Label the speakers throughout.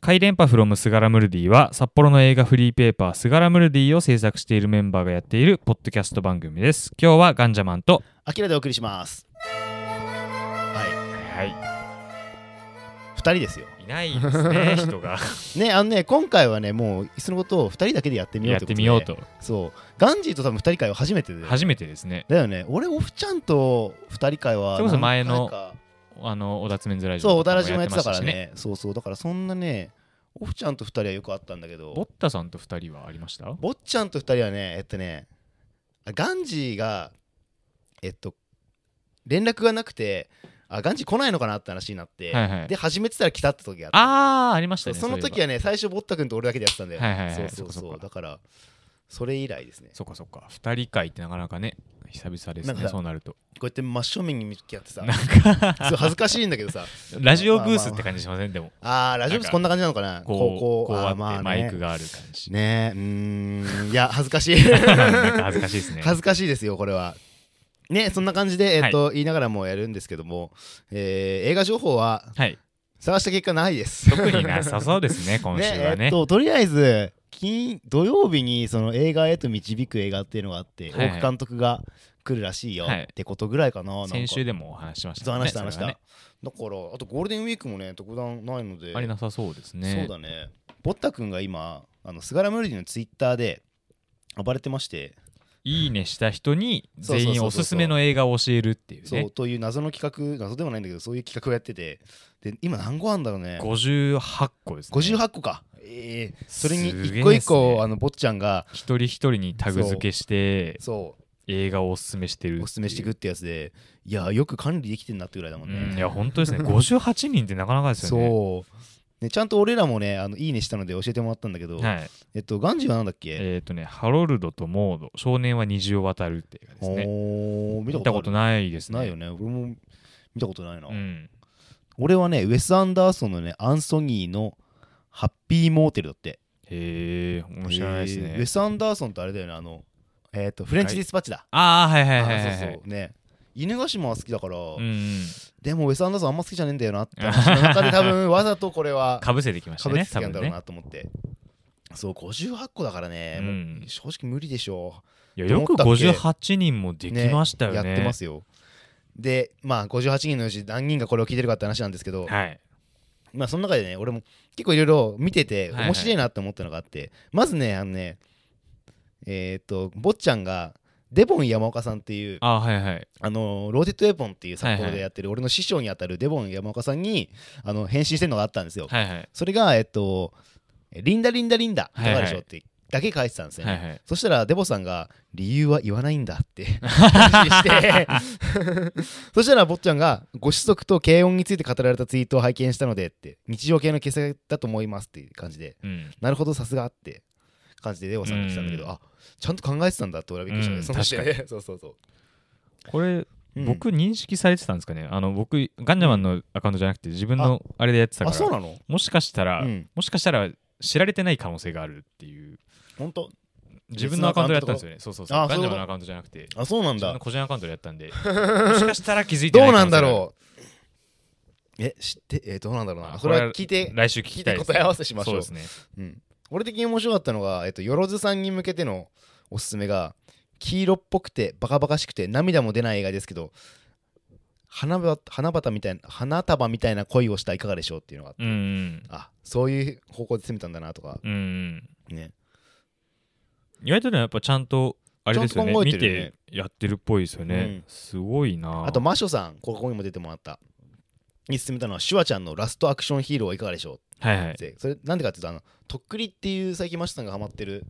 Speaker 1: 回電波 from スガラムルディは札幌の映画フリーペーパースガラムルディを制作しているメンバーがやっているポッドキャスト番組です。今日はガンジャマンと、
Speaker 2: アキラでお送りします。は、
Speaker 1: はい
Speaker 2: 二人ですよ。
Speaker 1: い、いないです ね、人が
Speaker 2: ね、あのね、今回はね、もういっそのことを二人だけでやってみよう
Speaker 1: やっ
Speaker 2: ってこ
Speaker 1: て
Speaker 2: とで
Speaker 1: みよう。と。
Speaker 2: そう、ガンジーと多分二人会は初めてで。
Speaker 1: 初めてですね、
Speaker 2: だよね、俺オフちゃんと二人会は
Speaker 1: それこそ前
Speaker 2: 何
Speaker 1: の
Speaker 2: 回か
Speaker 1: あの、小田つめんずラジオ
Speaker 2: そう、お
Speaker 1: と
Speaker 2: だ
Speaker 1: からも
Speaker 2: じもやってたから
Speaker 1: し
Speaker 2: ね。。そうそう、だからそんなね、オフちゃんと二人はよくあったんだけ
Speaker 1: ボッ
Speaker 2: ど、
Speaker 1: タさんと二人はありました
Speaker 2: ぼっちゃんと二人はね、えっとね、あガンジーが、えっと、連絡がなくて、あ、ガンジー来ないのかなって話になって、
Speaker 1: はいはい
Speaker 2: で、始めてたら来たって時があって。
Speaker 1: あー、ありました
Speaker 2: そう
Speaker 1: ね。
Speaker 2: その時
Speaker 1: は。
Speaker 2: はね最初ボッタ君と俺だけでやってたんだよ、
Speaker 1: はいはいはい
Speaker 2: そうそう
Speaker 1: そっか
Speaker 2: そ
Speaker 1: そっ
Speaker 2: う
Speaker 1: か
Speaker 2: だからそれ以来ですね
Speaker 1: そっかそっか。二人会ってなかなかね、久々です
Speaker 2: なん
Speaker 1: ね、
Speaker 2: か
Speaker 1: そうなると。
Speaker 2: こうやって真正面に向き 合ってさ
Speaker 1: なんか、
Speaker 2: すごい恥ずかしいんだけどさ
Speaker 1: ラジオブースって感じしませんでも、
Speaker 2: あーラジオブースこんな感じなのかな
Speaker 1: こう、こうあ
Speaker 2: あ
Speaker 1: っ
Speaker 2: ーまあ
Speaker 1: て
Speaker 2: ね
Speaker 1: マイクがある感 じ。
Speaker 2: ねえうーん いや恥ずかしい
Speaker 1: なんか恥ずかしいですね。
Speaker 2: 恥ずかしいですよこれはねそんな感じで、えっと言いながらもやるんですけども、えー映画情報は
Speaker 1: はい。
Speaker 2: 探した結果ないです
Speaker 1: 特になさそうです ね、今週
Speaker 2: ね
Speaker 1: は
Speaker 2: えっ
Speaker 1: ね。
Speaker 2: ととりあえず金土曜日にその映画へと導く映画っていうのがあって、
Speaker 1: はいはい
Speaker 2: 大久監督が来るらしいよ、
Speaker 1: はい
Speaker 2: ってことぐらいかななんか
Speaker 1: 先週
Speaker 2: で
Speaker 1: でもお話ししましたもんね。
Speaker 2: 話した話し
Speaker 1: そ
Speaker 2: た、
Speaker 1: れはね
Speaker 2: だからあとゴールデンウィークもね特段ないので
Speaker 1: ありなさそうです
Speaker 2: そう
Speaker 1: ね。
Speaker 2: だねぼったくんが今あのスガラムルディのツイッターで暴れてまして、
Speaker 1: いいねした人に
Speaker 2: そうそうそうそ
Speaker 1: 全
Speaker 2: う
Speaker 1: 員おすすめの映画を教えるっていう
Speaker 2: そう
Speaker 1: ね。
Speaker 2: という謎の企画謎でもないんだけどそういう企画をやっててで今何個あんだろうね
Speaker 1: 58個ですね。
Speaker 2: 58個かええそれに
Speaker 1: すげえ
Speaker 2: 一個一個、
Speaker 1: ですね
Speaker 2: あの坊ちゃんが
Speaker 1: 一人一人にタグ付けして
Speaker 2: そう
Speaker 1: 映画をおすすめしてるっていう。
Speaker 2: おすすめしていくってやつでいやよく管理できてんなってぐらいだもんね、
Speaker 1: うんいや、本当ですね。58人ってなかなかですよね。
Speaker 2: そう、ね、ちゃんと俺らもねあのいいねしたので教えてもらったんだけど、
Speaker 1: はい。
Speaker 2: えっとガンジーはなんだっけ、
Speaker 1: えっとね、ハロルドとモード、少年は虹を渡るっていう映画ですね。
Speaker 2: おー見
Speaker 1: 見
Speaker 2: た
Speaker 1: た
Speaker 2: こ
Speaker 1: ことと
Speaker 2: ない
Speaker 1: ないですね。
Speaker 2: ないよね俺も見たことないな、
Speaker 1: うん。
Speaker 2: 俺はねウェス・アンダーソンのねアンソニーのハッピーモーテルだって
Speaker 1: へえ、面白いです
Speaker 2: え
Speaker 1: ね
Speaker 2: ーウェ。ス・アンダーソンってあれだよねあのえっ、とフレンチ・ディスパッチだ、
Speaker 1: ああ、はいはいはいはい
Speaker 2: あ
Speaker 1: は
Speaker 2: そう
Speaker 1: い
Speaker 2: そ。うね犬ヶ島は好きだから、
Speaker 1: うんうん。
Speaker 2: でもウェス・アンダーソンあんま好きじゃねえんだよな って話の中で多分わざとこれは
Speaker 1: かぶせてきまし
Speaker 2: か
Speaker 1: た
Speaker 2: ぶっ
Speaker 1: ね、
Speaker 2: てきた
Speaker 1: 多分
Speaker 2: んだろう
Speaker 1: ね
Speaker 2: な。と思って。そう58個だからね、
Speaker 1: うん
Speaker 2: もう正直無理でしょ
Speaker 1: いや
Speaker 2: と
Speaker 1: よ
Speaker 2: 思
Speaker 1: く
Speaker 2: ったっけ
Speaker 1: 58人もできました
Speaker 2: う、
Speaker 1: よね。
Speaker 2: やってますよでまあ58人のうち何人がこれを聞いてるかって話なんですけど、
Speaker 1: はい。
Speaker 2: まあその中でね俺も結構いろいろ見て
Speaker 1: は
Speaker 2: て
Speaker 1: いはい
Speaker 2: 面白いなって思ったのがあって、まずねあのねえっ、と坊ちゃんがデボン山岡さんっていう
Speaker 1: あはいはい。
Speaker 2: あのローテッドウェポンっていう札
Speaker 1: はい
Speaker 2: 幌
Speaker 1: はい
Speaker 2: でやってる俺の師匠にあたるデボン山岡さんにあの返信してるのがあったんですよ、
Speaker 1: はいはい。
Speaker 2: それがえっと「リンダリンダリンダ」いかがでしょうってだけ書いてたんですよね、
Speaker 1: はいはい。
Speaker 2: そしたらデボさんが「理由は言わないんだ」って 返信して そしたら坊ちゃんが「ご子息と軽音について語られたツイートを拝見したので」って「日常系の傑作だと思います」っていう感じで
Speaker 1: うん。
Speaker 2: 「なるほどさすが」って感じでデボさんが来たんだけど、
Speaker 1: うん
Speaker 2: あちゃんと考えてたんだって俺はびっくりしたね、
Speaker 1: うん
Speaker 2: その時点で そうそうそ
Speaker 1: これ、
Speaker 2: う、うん
Speaker 1: 僕認識されてたんですかねあの、僕、ガンジャマンのアカウントじゃなくて、自分のあれでやってた
Speaker 2: あ
Speaker 1: か
Speaker 2: そう
Speaker 1: ら、
Speaker 2: なの
Speaker 1: もしかしたら
Speaker 2: う、ん
Speaker 1: もしかしたら知られてない可能性があるっていう。
Speaker 2: 本当
Speaker 1: 自分のアカウントでやったんですよね。そうそうそう。
Speaker 2: あ
Speaker 1: ガンジャマン
Speaker 2: そういうこと
Speaker 1: のアカウントじゃなくて、
Speaker 2: あそうなん
Speaker 1: 自分
Speaker 2: だ
Speaker 1: の個人アカウントでやった んで、もしかしたら気づいて
Speaker 2: ど
Speaker 1: な
Speaker 2: う
Speaker 1: い可能性があ
Speaker 2: な
Speaker 1: る
Speaker 2: んだろうえ知ってえどうなんだろう
Speaker 1: あ
Speaker 2: な
Speaker 1: こ
Speaker 2: そ
Speaker 1: れ
Speaker 2: れ
Speaker 1: は
Speaker 2: は聞いて
Speaker 1: 来週聞
Speaker 2: 聞
Speaker 1: き
Speaker 2: い
Speaker 1: たい
Speaker 2: て
Speaker 1: ですね
Speaker 2: 答え合わせしまし
Speaker 1: そ
Speaker 2: ょ
Speaker 1: う
Speaker 2: う
Speaker 1: ですね。
Speaker 2: うん、俺的に面白かったのが、えっと、よろずさんに向けてのおすすめが黄色っぽくてバカバカしくて涙も出ない映画ですけど花ば花畑みたいな花束みたいな恋をしたいかがでしょうっていうのが
Speaker 1: うんうん。
Speaker 2: あそういう方向で攻めたんだなとか
Speaker 1: うんうん。
Speaker 2: ね
Speaker 1: 意外とねやっぱちゃんとあれですよね
Speaker 2: ちゃんと考
Speaker 1: 見
Speaker 2: えてるよね
Speaker 1: てやってるっぽいですよね、
Speaker 2: うん
Speaker 1: すごいな
Speaker 2: あと魔女さんここにも出てもらったに進めたのはシュワちゃんのラストアクションヒーローはいかがでしょう
Speaker 1: はいはい
Speaker 2: ってそれなんでかっていうとあのとっくりっていう最近マシュさんがハマってる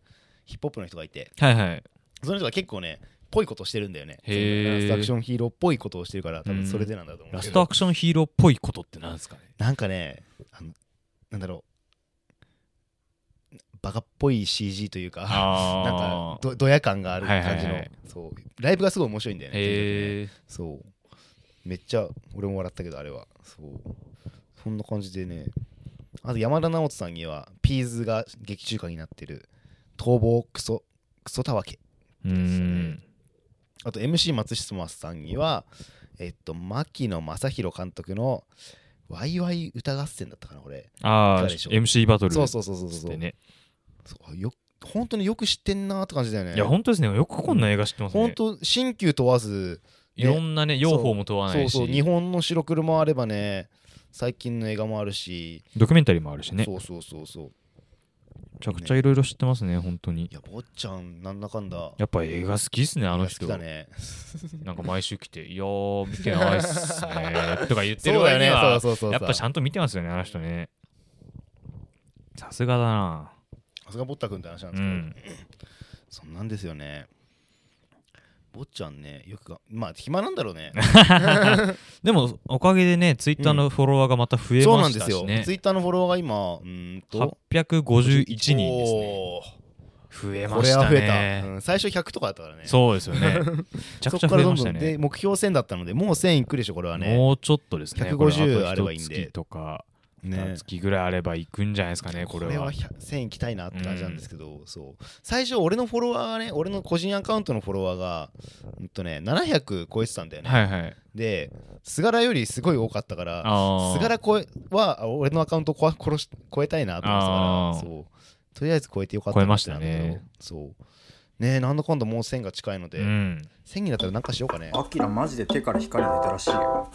Speaker 2: ヒップホップの人がいて
Speaker 1: はいはい
Speaker 2: その人が結構ねぽいことしてるんだよね
Speaker 1: へー
Speaker 2: ラストアクションヒーローっぽいことをしてるから多分それでなんだと思う
Speaker 1: ラ
Speaker 2: け
Speaker 1: ス
Speaker 2: ど、
Speaker 1: トアクションヒーローっぽいことってなんですかね
Speaker 2: なんかねあのなんだろうバカっぽい CG というかなんか
Speaker 1: あ
Speaker 2: どドヤ感がある感じの、
Speaker 1: はいはいはい
Speaker 2: そうライブがすごい面白いんだよね
Speaker 1: へえ
Speaker 2: そうめっちゃ俺も笑ったけどあれはそうそんな感じでねあと山田直人さんにはピーズが劇中歌になってる「逃亡クソクソたわけ」
Speaker 1: うーん
Speaker 2: あと MC 松下さんには、えっと、牧野正弘監督の「ワイワイ歌合戦だったかな、これ。い
Speaker 1: あ
Speaker 2: か
Speaker 1: あ、
Speaker 2: がでしょう
Speaker 1: MC バトル
Speaker 2: そう
Speaker 1: っ
Speaker 2: そうそうそう
Speaker 1: つっ
Speaker 2: そ
Speaker 1: て
Speaker 2: う。
Speaker 1: ね。
Speaker 2: そうよ本当によく知ってんなーって感じだよね。
Speaker 1: いや、本当ですね。よくこんな映画知ってます
Speaker 2: 本
Speaker 1: ね。
Speaker 2: 当新旧問わず、
Speaker 1: いろんなね、用法も問わな
Speaker 2: そう
Speaker 1: い
Speaker 2: そう、日
Speaker 1: し、
Speaker 2: 本の白黒もあればね、最近の映画もあるし、
Speaker 1: ドキュメンタリーもあるしね。
Speaker 2: そうそうそうそう。
Speaker 1: めちゃくちゃいろいろ知ってますね、本当に
Speaker 2: い。や、坊ちゃん、なんだかんだ。
Speaker 1: やっぱ映画好きっすね、あの人
Speaker 2: 好き。だね。
Speaker 1: なんか毎週来て、いやー、見てないっ すね。とか言って
Speaker 2: そ
Speaker 1: る
Speaker 2: うだ
Speaker 1: 割に
Speaker 2: よね。そう
Speaker 1: は、
Speaker 2: そうそうそう。
Speaker 1: やっぱちゃんと見てますよね、あの人ね。さすがだな。
Speaker 2: さすがぼったくんって話なん
Speaker 1: う
Speaker 2: ですけど、
Speaker 1: ん。
Speaker 2: そんなんですよね。坊ちゃんね、よくが、まあ、暇なんだろ うね。
Speaker 1: でも、おかげでね、ツイッターのフォロワーがまた増え
Speaker 2: そう
Speaker 1: ま
Speaker 2: なん
Speaker 1: し
Speaker 2: で
Speaker 1: た
Speaker 2: す
Speaker 1: し
Speaker 2: よ。
Speaker 1: ね
Speaker 2: ツ。イッターのフォロワーが今、うーんと、
Speaker 1: 851人ですね。
Speaker 2: おー
Speaker 1: 増え
Speaker 2: こ
Speaker 1: ま
Speaker 2: れ
Speaker 1: し
Speaker 2: は
Speaker 1: た
Speaker 2: 増えた、
Speaker 1: ね。
Speaker 2: うん最初100とかだったからね。
Speaker 1: そう ですよね。めちゃく
Speaker 2: そっ
Speaker 1: ちゃ
Speaker 2: か
Speaker 1: 増
Speaker 2: ら
Speaker 1: え
Speaker 2: ど
Speaker 1: ま
Speaker 2: ん
Speaker 1: した
Speaker 2: どん、で
Speaker 1: ね。
Speaker 2: 目標1000だったので、もう1000いくでしょ、これはね。
Speaker 1: もうちょっとですね。
Speaker 2: 150
Speaker 1: これあ
Speaker 2: あ
Speaker 1: と一
Speaker 2: ればいいんで
Speaker 1: 月とか、
Speaker 2: ね
Speaker 1: 二月ぐらいあれば行くんじゃないですかね、これは。
Speaker 2: 100 1000いきたいなって感じなんですけど、そう最初、俺のフォロワーがね、俺の個人アカウントのフォロワーが、うんとね、700超えてたんだよね。
Speaker 1: はいはい。
Speaker 2: で、菅原よりすごい多かったから、
Speaker 1: あ
Speaker 2: すが
Speaker 1: あ。
Speaker 2: ら声はあ俺のアカウントこわ殺し超えたいなと思ってた
Speaker 1: あ
Speaker 2: から
Speaker 1: ー
Speaker 2: そうとりあえず超えてよかったな
Speaker 1: 超えましたね
Speaker 2: ってなんだけどそうねえなんだかんだもう1000が近いので、
Speaker 1: うん。
Speaker 2: 1000になったらなんかしようかね
Speaker 3: アキラマジで手から光出たらしいよ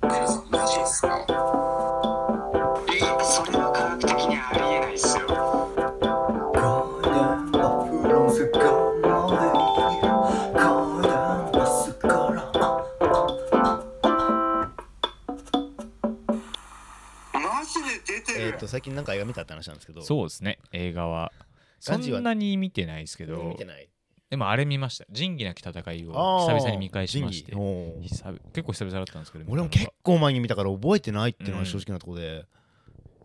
Speaker 4: マジっすかえそれは科学的にありえないっすよマジで出て
Speaker 2: え
Speaker 4: る
Speaker 2: っ、と最近なんか映画見たって話なんですけどう
Speaker 1: そうですね、映画は。そ
Speaker 2: ガンジは
Speaker 1: んなに見てないですけ
Speaker 2: 見
Speaker 1: ど
Speaker 2: て、ない
Speaker 1: でもあれ見ました。仁義なき戦いを
Speaker 2: あー
Speaker 1: 久々に見返しまして
Speaker 2: 仁。義おー
Speaker 1: 久々結構久々だったんですけど、
Speaker 2: 俺も
Speaker 1: 見たの
Speaker 2: 結
Speaker 1: が
Speaker 2: 構前に見たから覚えてないっていうのが正直なところで、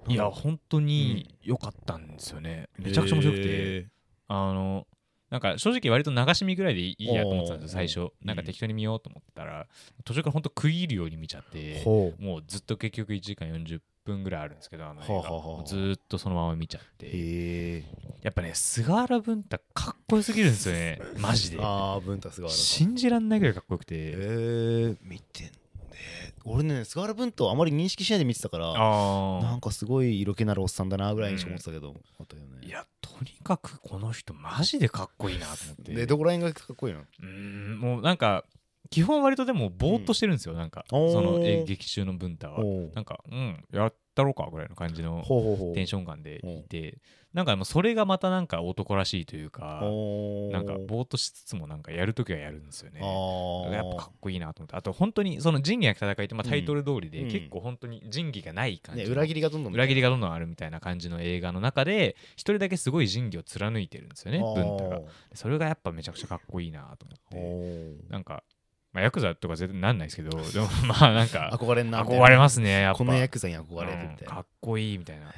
Speaker 1: いや、本当に良かったんですよね。めちゃくちゃ面白くて、
Speaker 2: え
Speaker 1: あの、なんか正直割と流し見ぐらいでいいやと思ってたんですよ、
Speaker 2: お
Speaker 1: 最
Speaker 2: ー
Speaker 1: 初。なんか
Speaker 2: うん
Speaker 1: 適当に見ようと思ってたら、途中から本当食い入るように見ちゃって
Speaker 2: ー、ほう
Speaker 1: もうずっと結局1時間40分ぐらいあるんですけど、あの映
Speaker 2: はあはあはあ
Speaker 1: 画ずーっとそのまま見ちゃって。
Speaker 2: へえ
Speaker 1: やっぱね、菅原文太かっこよすぎるんですよね、マジで。
Speaker 2: ああ文太菅原さん
Speaker 1: 信じらんないぐらいかっこよく
Speaker 2: え
Speaker 1: て。
Speaker 2: ー、見てんね俺ね菅原文太をあまり認識しないで見てたからな
Speaker 1: あ
Speaker 2: んかすごい色気のあるおっさんだなぐらいにしか思ってたけど、あったよ
Speaker 1: あ。
Speaker 2: ね。
Speaker 1: いや、とにかくこの人、マジでかっこいいなと思って。
Speaker 2: で、どこら辺がかっこいいの
Speaker 1: うーん、もうなんか、基本割とでも、ぼーっとしてるんですよ、なんか、
Speaker 2: おー
Speaker 1: そのえ劇中の文太は。
Speaker 2: おう
Speaker 1: なんか、うん、やったろうかぐらいの感じの
Speaker 2: ほうほうほう。
Speaker 1: テンション感でいて、なんかもうそれがまたなんか男らしいというか、
Speaker 2: おー
Speaker 1: なんか、ぼーっとしつつも、なんかやるときはやるんですよね。
Speaker 2: ああ。
Speaker 1: やっぱかっこいいなと思ってあと本当にその仁義なき戦いってまあタイトル通りで
Speaker 2: うん
Speaker 1: 結構本当に仁義がない感じ
Speaker 2: ね、
Speaker 1: の
Speaker 2: 裏切りがどんどん。
Speaker 1: 裏切り
Speaker 2: が
Speaker 1: がどんどんあるみたいな感じの映画の中で一人だけすごい仁義を貫いてるんですよね文太がそれがやっぱめちゃくちゃかっこいいなと思ってなんか、まあ、ヤクザとか絶対なんないです けどでもまあなんか
Speaker 2: 憧れんな。
Speaker 1: 憧れますねやっぱ
Speaker 2: このヤクザに憧れるみ
Speaker 1: う
Speaker 2: た
Speaker 1: ん
Speaker 2: いな。
Speaker 1: かっこいいみたいな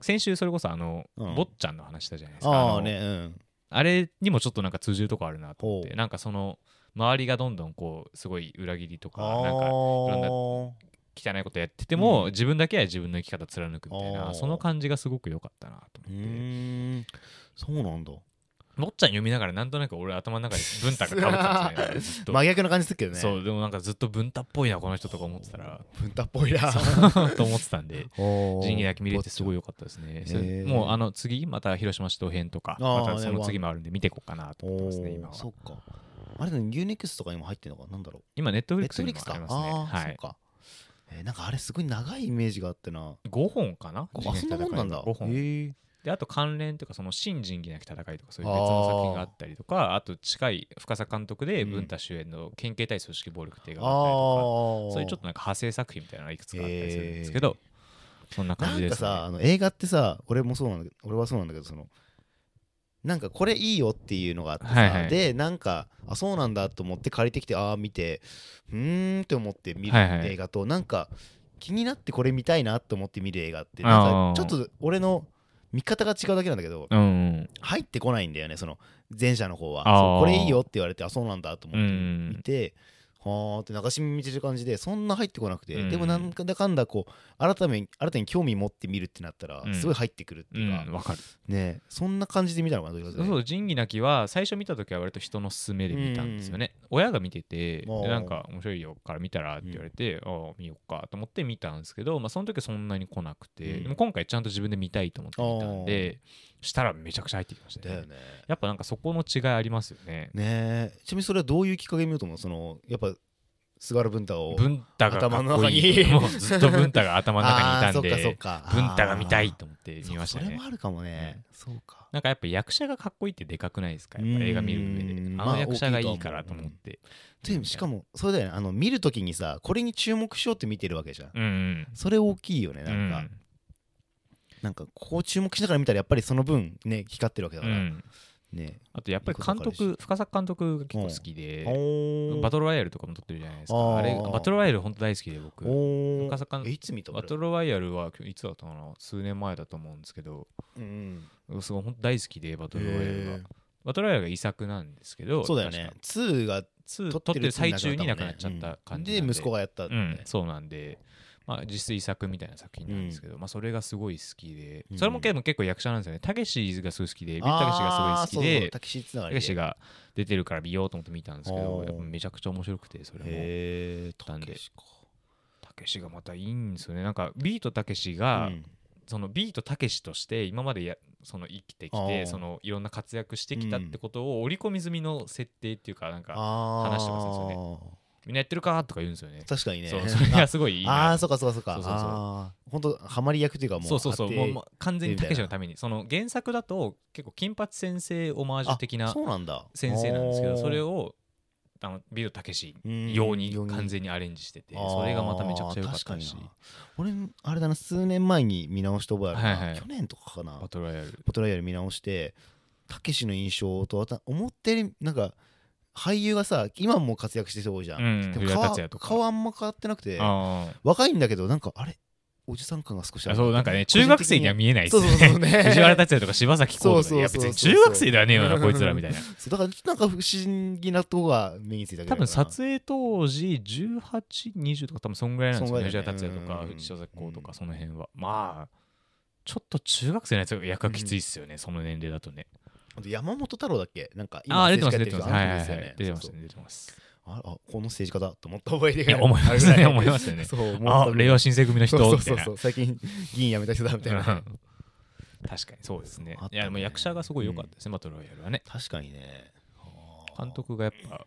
Speaker 1: 先週それこそあの、
Speaker 2: うん
Speaker 1: 坊っちゃんの話したじゃないですか
Speaker 2: あ
Speaker 1: の
Speaker 2: あね、うん。
Speaker 1: あれにもちょっとなんか通じるとこあるなと思っ
Speaker 2: ほ
Speaker 1: て
Speaker 2: う
Speaker 1: なんかその周りがどんどんこうすごい裏切りとか
Speaker 2: あ
Speaker 1: なんかろんな
Speaker 2: ー
Speaker 1: 汚いことやってても、
Speaker 2: うん
Speaker 1: 自分だけは自分の生き方貫くみたい
Speaker 2: あ
Speaker 1: な
Speaker 2: ー
Speaker 1: その感じがすごく良かったなと
Speaker 2: う
Speaker 1: 思って
Speaker 2: ーん。そうなんだ。
Speaker 1: 坊っちゃん読みながらなんとなく俺頭の中で文太がかぶってた んですねずっと
Speaker 2: 真逆な感じするけどね。
Speaker 1: そう。でもなんかずっと文太っぽいなこの人とか 思ってたら
Speaker 2: 文太っぽい な。
Speaker 1: と思ってたんで仁
Speaker 2: 仁
Speaker 1: 義なき見れてすごい良かったですねそれ
Speaker 2: へー
Speaker 1: もうあの次また広島市東編とか
Speaker 2: あー
Speaker 1: またそ
Speaker 2: ね
Speaker 1: の
Speaker 2: わ
Speaker 1: 次もあるんで見ていこうかなと思ってますね今は
Speaker 2: そっか。あれだね、Unix とかにも入ってんのかなんだろう。
Speaker 1: 今ネットフ
Speaker 2: ネ
Speaker 1: リッ
Speaker 2: ッ
Speaker 1: クス
Speaker 2: トフ
Speaker 1: に
Speaker 2: リッ
Speaker 1: も
Speaker 2: クス
Speaker 1: あ
Speaker 2: か
Speaker 1: り。ますね
Speaker 2: ああ、
Speaker 1: は
Speaker 2: そう
Speaker 1: い
Speaker 2: か。えーなんかあれすごい長いイメージがあってな。
Speaker 1: 5本かな
Speaker 2: あ、そんなもんなんだ。
Speaker 1: 5本
Speaker 2: へえ
Speaker 1: であと関連というかその新仁義なき戦いとかそういう別の作品があったりとかあと近い深作監督で
Speaker 2: うん
Speaker 1: 文太主演の県警対組織暴力っていう映
Speaker 2: あ
Speaker 1: 画があったりとか、
Speaker 2: ー
Speaker 1: そういうちょっとなんか派生作品みたいなのがいくつかあったりするんですけど、そんな感
Speaker 2: な
Speaker 1: じ
Speaker 2: ん
Speaker 1: で
Speaker 2: か
Speaker 1: す、ね、
Speaker 2: さ、あの映画ってさ、俺もそうなんだけど、俺はそうなんだけど、その、なんかこれいいよっていうのがあってさ、
Speaker 1: はいはい
Speaker 2: で、なんか、あ、そうなんだと思って借りてきて、ああ、見て、うーんって思って見る
Speaker 1: はいはい
Speaker 2: 映画と、なんか、気になってこれ見たいなと思って見る映画って、
Speaker 1: あー
Speaker 2: なんか、ちょっと俺の見方が違うだけなんだけど、
Speaker 1: うんうん
Speaker 2: 入ってこないんだよねその前者の方は
Speaker 1: あー
Speaker 2: そうこれいいよって言われてあそうなんだと思
Speaker 1: う
Speaker 2: っ
Speaker 1: ん
Speaker 2: て見て、はあって流し見見てる感じでそんな入ってこなくて、
Speaker 1: うん
Speaker 2: でもなんだかんだこう改め新たに興味持って見るってなったら、
Speaker 1: うん
Speaker 2: すごい入ってくるって
Speaker 1: う
Speaker 2: い
Speaker 1: ん
Speaker 2: うか、
Speaker 1: わかる
Speaker 2: ねそんな感じで見たのかなどういうこ
Speaker 1: そ
Speaker 2: と
Speaker 1: う
Speaker 2: ね
Speaker 1: そう仁義なきは最初見た時は割と人の勧めで見たんですよね、親が見ててで
Speaker 2: あー
Speaker 1: なんか面白いよから見たらって言われて、ああ見よっかと思って見たんですけど、まあ、その時はそんなに来なくて、
Speaker 2: うん
Speaker 1: でも今回ちゃんと自分で見たいと思って見たんでしたらめちゃくちゃ入ってきました
Speaker 2: だよ
Speaker 1: ね
Speaker 2: ね
Speaker 1: やっぱなんかそこの違いありますよね
Speaker 2: ねえちなみにそれはどういうきっかけで見ようと思うそのやっぱ菅原文太を
Speaker 1: 文太がかっこいい
Speaker 2: 頭の中に
Speaker 1: もうずっと文太が頭の中にいたん
Speaker 2: あーそっ
Speaker 1: で
Speaker 2: かそっか
Speaker 1: 文太が見たいと思って
Speaker 2: あー
Speaker 1: 見ました
Speaker 2: そ
Speaker 1: ね
Speaker 2: れもあるかもね、そうか
Speaker 1: なんかやっぱ役者がかっこいいってでかくないですかやっぱ映画見る上で
Speaker 2: うん
Speaker 1: あ
Speaker 2: ま
Speaker 1: の
Speaker 2: あ
Speaker 1: 役者がい
Speaker 2: 大き
Speaker 1: い
Speaker 2: いと
Speaker 1: か
Speaker 2: 思う
Speaker 1: らと思って
Speaker 2: でしかもそれだよねあの見るときにさこれに注目しようって見てるわけじゃん、
Speaker 1: うんうん
Speaker 2: それ大きいよねなんか、なんかこう注目しながら見たらやっぱりその分ね光ってるわけだ
Speaker 1: う
Speaker 2: から、
Speaker 1: ん、
Speaker 2: ね
Speaker 1: あとやっぱり監
Speaker 2: いいこと
Speaker 1: 督深作監督が結構好きで、
Speaker 2: お
Speaker 1: バトルロワイヤルとかも撮ってるじゃないですか
Speaker 2: あー
Speaker 1: あれバトルロワイヤル本当大好きで僕
Speaker 2: お
Speaker 1: 深作
Speaker 2: えいつ見た
Speaker 1: バト
Speaker 2: ル
Speaker 1: ルロワイヤルはいつだったかな数年前だと思うんですけど
Speaker 2: うん
Speaker 1: すごい本当大好きでバトルロワイヤル
Speaker 2: へ
Speaker 1: が
Speaker 2: ー
Speaker 1: バトルロワイヤルが遺作なんですけど
Speaker 2: そうだよね2が
Speaker 1: 確か
Speaker 2: 撮
Speaker 1: 撮っ
Speaker 2: っ
Speaker 1: て
Speaker 2: てる
Speaker 1: る最中に亡くなっちゃっ
Speaker 2: もんね
Speaker 1: た感じ
Speaker 2: う
Speaker 1: なんん
Speaker 2: で息子がやったんだよ
Speaker 1: うん
Speaker 2: ね、
Speaker 1: そうなんで、まあ、実質遺作みたいな作品なんですけど、まあ、それがすごい好きで、
Speaker 2: うん
Speaker 1: それもでも結構役者なんですよねたけしがすごい好きでビッたけし
Speaker 2: あ
Speaker 1: が
Speaker 2: ー
Speaker 1: す
Speaker 2: そ
Speaker 1: ご
Speaker 2: う
Speaker 1: い
Speaker 2: そ
Speaker 1: 好き
Speaker 2: う
Speaker 1: で
Speaker 2: タキシーつなが
Speaker 1: た
Speaker 2: り
Speaker 1: け
Speaker 2: で
Speaker 1: しが出てるから見ようと思って見たんですけど
Speaker 2: あー
Speaker 1: やっぱめちゃくちゃ面白くてそれも
Speaker 2: へえ
Speaker 1: たんで
Speaker 2: たけしか
Speaker 1: たけしがまたいいんですよねなんかビートたけしが、
Speaker 2: うん
Speaker 1: そのビートたけしとして今までやその生きて
Speaker 2: あ
Speaker 1: きて
Speaker 2: ー
Speaker 1: そのいろんな活躍してきたってことを織り込み済みの設定っていうかなんか
Speaker 2: あー
Speaker 1: 話してますねそれみんなやってるかとか言うんですよね
Speaker 2: 確かにね
Speaker 1: そうそれがすごいいいな
Speaker 2: ああーそうかそうかそうか
Speaker 1: そうそうそう
Speaker 2: ああ本当ハマり役というかもう
Speaker 1: そうそうそう
Speaker 2: 当て
Speaker 1: もうもう完全に
Speaker 2: みた
Speaker 1: た
Speaker 2: いな
Speaker 1: けしのためにその原作だと結構金八先生オマージュ的
Speaker 2: あ
Speaker 1: な
Speaker 2: そうなんだ
Speaker 1: 先生なんですけ
Speaker 2: あ
Speaker 1: ど
Speaker 2: ー
Speaker 1: それをあのビートたけし
Speaker 2: うん
Speaker 1: 用に
Speaker 2: 用
Speaker 1: 完全にアレンジしててそれがまためちゃくちゃ良かったし
Speaker 2: あー確かにな俺あれだな数年前に見直した覚えあるな、
Speaker 1: はいはい
Speaker 2: 去年とかかな
Speaker 1: バトルロイヤル
Speaker 2: ポトライヤル見直してたけしの印象とあと思ったよりなんか俳優がさ今も活躍してる人多いじゃん、
Speaker 1: うん
Speaker 2: で
Speaker 1: 古
Speaker 2: も
Speaker 1: 谷
Speaker 2: 顔
Speaker 1: 達也とか
Speaker 2: 顔あんま変わってなくて
Speaker 1: あ
Speaker 2: 若いんだけどなんかあれおじさん感が少し
Speaker 1: ーあ
Speaker 2: ある
Speaker 1: そうなんかね中学生には見えないです
Speaker 2: そうそうそ
Speaker 1: ね
Speaker 2: うね
Speaker 1: 藤原達也とか柴咲コウとか
Speaker 2: そうそうそう
Speaker 1: ねいや別に中学生ではねえよなこいつらみたいな
Speaker 2: そうだからちょっとなんか不思議なとこが目についたけ
Speaker 1: 多
Speaker 2: ど
Speaker 1: 分撮影当時1820とか多分そんぐらいなんですよね
Speaker 2: そ
Speaker 1: 藤
Speaker 2: ん
Speaker 1: 原
Speaker 2: ぐらいだね
Speaker 1: 達也とか
Speaker 2: うんうんうん
Speaker 1: 藤原咲子とかその辺はまあちょっと中学生のやつが役がきついっすよね、その年齢だとね
Speaker 2: 山本太郎だっけなんか
Speaker 1: ああー出てます出
Speaker 2: 政
Speaker 1: て
Speaker 2: 治
Speaker 1: ます
Speaker 2: 家
Speaker 1: はい
Speaker 2: や
Speaker 1: はいは
Speaker 2: ってる人
Speaker 1: い出て
Speaker 2: あの人ですよね
Speaker 1: ます
Speaker 2: そうそう
Speaker 1: ね出てます
Speaker 2: ああこの政治家だと思った覚えで
Speaker 1: いや思いますね思いますよね
Speaker 2: そう思った
Speaker 1: あ令和新選組の人
Speaker 2: そう
Speaker 1: みた
Speaker 2: そ
Speaker 1: いうな
Speaker 2: そう最近議員辞めた人だみたいな
Speaker 1: うん確かにそうですね
Speaker 2: あった
Speaker 1: い
Speaker 2: ね
Speaker 1: やでも役者がすごい良かったですね、バトルロイヤルはね
Speaker 2: 確かにね
Speaker 1: 監督がやっぱ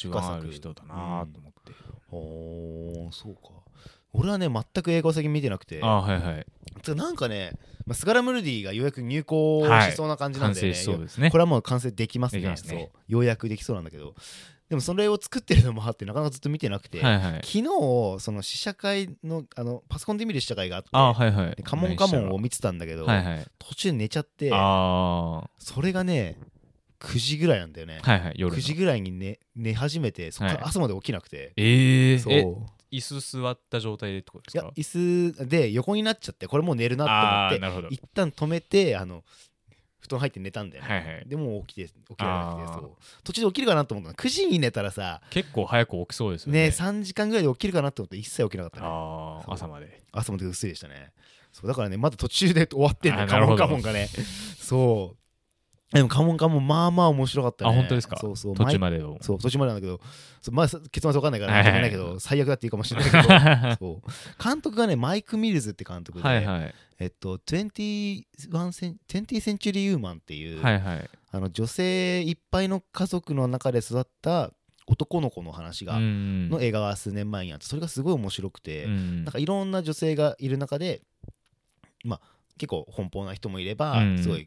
Speaker 1: 手腕ある人だなと思って、
Speaker 2: おそうか俺はね全く映画を先見てなくて
Speaker 1: ああはいはい
Speaker 2: てかなんかね、まあ、スガラムルディがようやく入校
Speaker 1: はい
Speaker 2: しそうな感じなん
Speaker 1: 完
Speaker 2: で、
Speaker 1: 成
Speaker 2: ね
Speaker 1: しそうですね
Speaker 2: これはもう完成できますね
Speaker 1: できますね
Speaker 2: そうようやくできそうなんだけどでもそれを作ってるのもあってなかなかずっと見てなくて、
Speaker 1: はいはい
Speaker 2: 昨日その試写会のあのパソコンで見る試写会があって
Speaker 1: ああはいはい
Speaker 2: でカモンカモンを見てたんだけど、
Speaker 1: はいはい
Speaker 2: 途中寝ちゃって
Speaker 1: あ
Speaker 2: それがね9時ぐらいなんだよね、
Speaker 1: あはいはい夜
Speaker 2: 9
Speaker 1: の
Speaker 2: 時ぐらいに寝寝始めてそこから朝まで起きなくて、
Speaker 1: ええ
Speaker 2: そう
Speaker 1: え椅子座った状態でってこと
Speaker 2: い
Speaker 1: です
Speaker 2: や
Speaker 1: か
Speaker 2: 椅子で横になっちゃってこれもう寝るな
Speaker 1: ああ
Speaker 2: と
Speaker 1: ー
Speaker 2: 思っ
Speaker 1: なるほど
Speaker 2: て一旦止めてあの布団入って寝たんだよね、
Speaker 1: はいはい
Speaker 2: でもう起きて起きられなく
Speaker 1: あー
Speaker 2: てそう途中で起きるかなと思ったの9時に寝たらさ
Speaker 1: 結構早く起きそうですよね
Speaker 2: ね3時間ぐらいで起きるかなと思って一切起きなかったね
Speaker 1: あ
Speaker 2: そ
Speaker 1: あ
Speaker 2: う
Speaker 1: 朝まで
Speaker 2: 朝までぐっすりでしたねそうだからねまだ途中で終わってん
Speaker 1: あ
Speaker 2: の
Speaker 1: ーな
Speaker 2: カ
Speaker 1: る
Speaker 2: モ
Speaker 1: ほ
Speaker 2: ン
Speaker 1: ど
Speaker 2: カモンがねそうでもカモンカモンまあまあ面白かったね
Speaker 1: あ本当ですか
Speaker 2: そうそう
Speaker 1: 途中
Speaker 2: 毎
Speaker 1: までを
Speaker 2: そう途中までなんだけどそうまあ結末わかんないから
Speaker 1: はいは
Speaker 2: 何
Speaker 1: い
Speaker 2: とも言えないけど最悪だっていいかもしれないけど そう監督がねマイク・ミルズって監督で、
Speaker 1: はいはい
Speaker 2: えっと、21セン 20th Century Human っていう、
Speaker 1: はいはい
Speaker 2: あの女性いっぱいの家族の中で育った男の子の話が、
Speaker 1: うん
Speaker 2: の映画が数年前にあってそれがすごい面白くて、
Speaker 1: うん
Speaker 2: なんかいろんな女性がいる中で、まあ、結構奔放な人もいれば、
Speaker 1: うん
Speaker 2: すごい、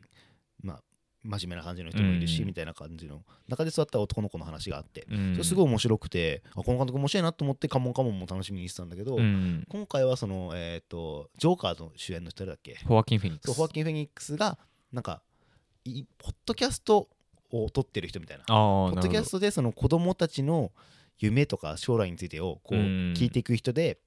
Speaker 2: まあ、真面目な感じの人もいるし、
Speaker 1: うん
Speaker 2: みたいな感じの中で育った男の子の話があって、
Speaker 1: うん
Speaker 2: それすごい面白くてあこの監督面白いなと思って「カモンカモン」も楽しみにしてたんだけど、
Speaker 1: うん
Speaker 2: 今回はその、えー、とジョーカーの主演の人だっけ
Speaker 1: ホアキン・フェニック
Speaker 2: そう
Speaker 1: ス
Speaker 2: ホアキン・フェニックスがなんかいポッドキャストを撮ってる人みたいな
Speaker 1: あ
Speaker 2: ポ
Speaker 1: あ
Speaker 2: ッ
Speaker 1: なるほ
Speaker 2: ドキ
Speaker 1: ど
Speaker 2: ャストでその子供たちの夢とか将来についてをこう
Speaker 1: うん
Speaker 2: 聞いていく人で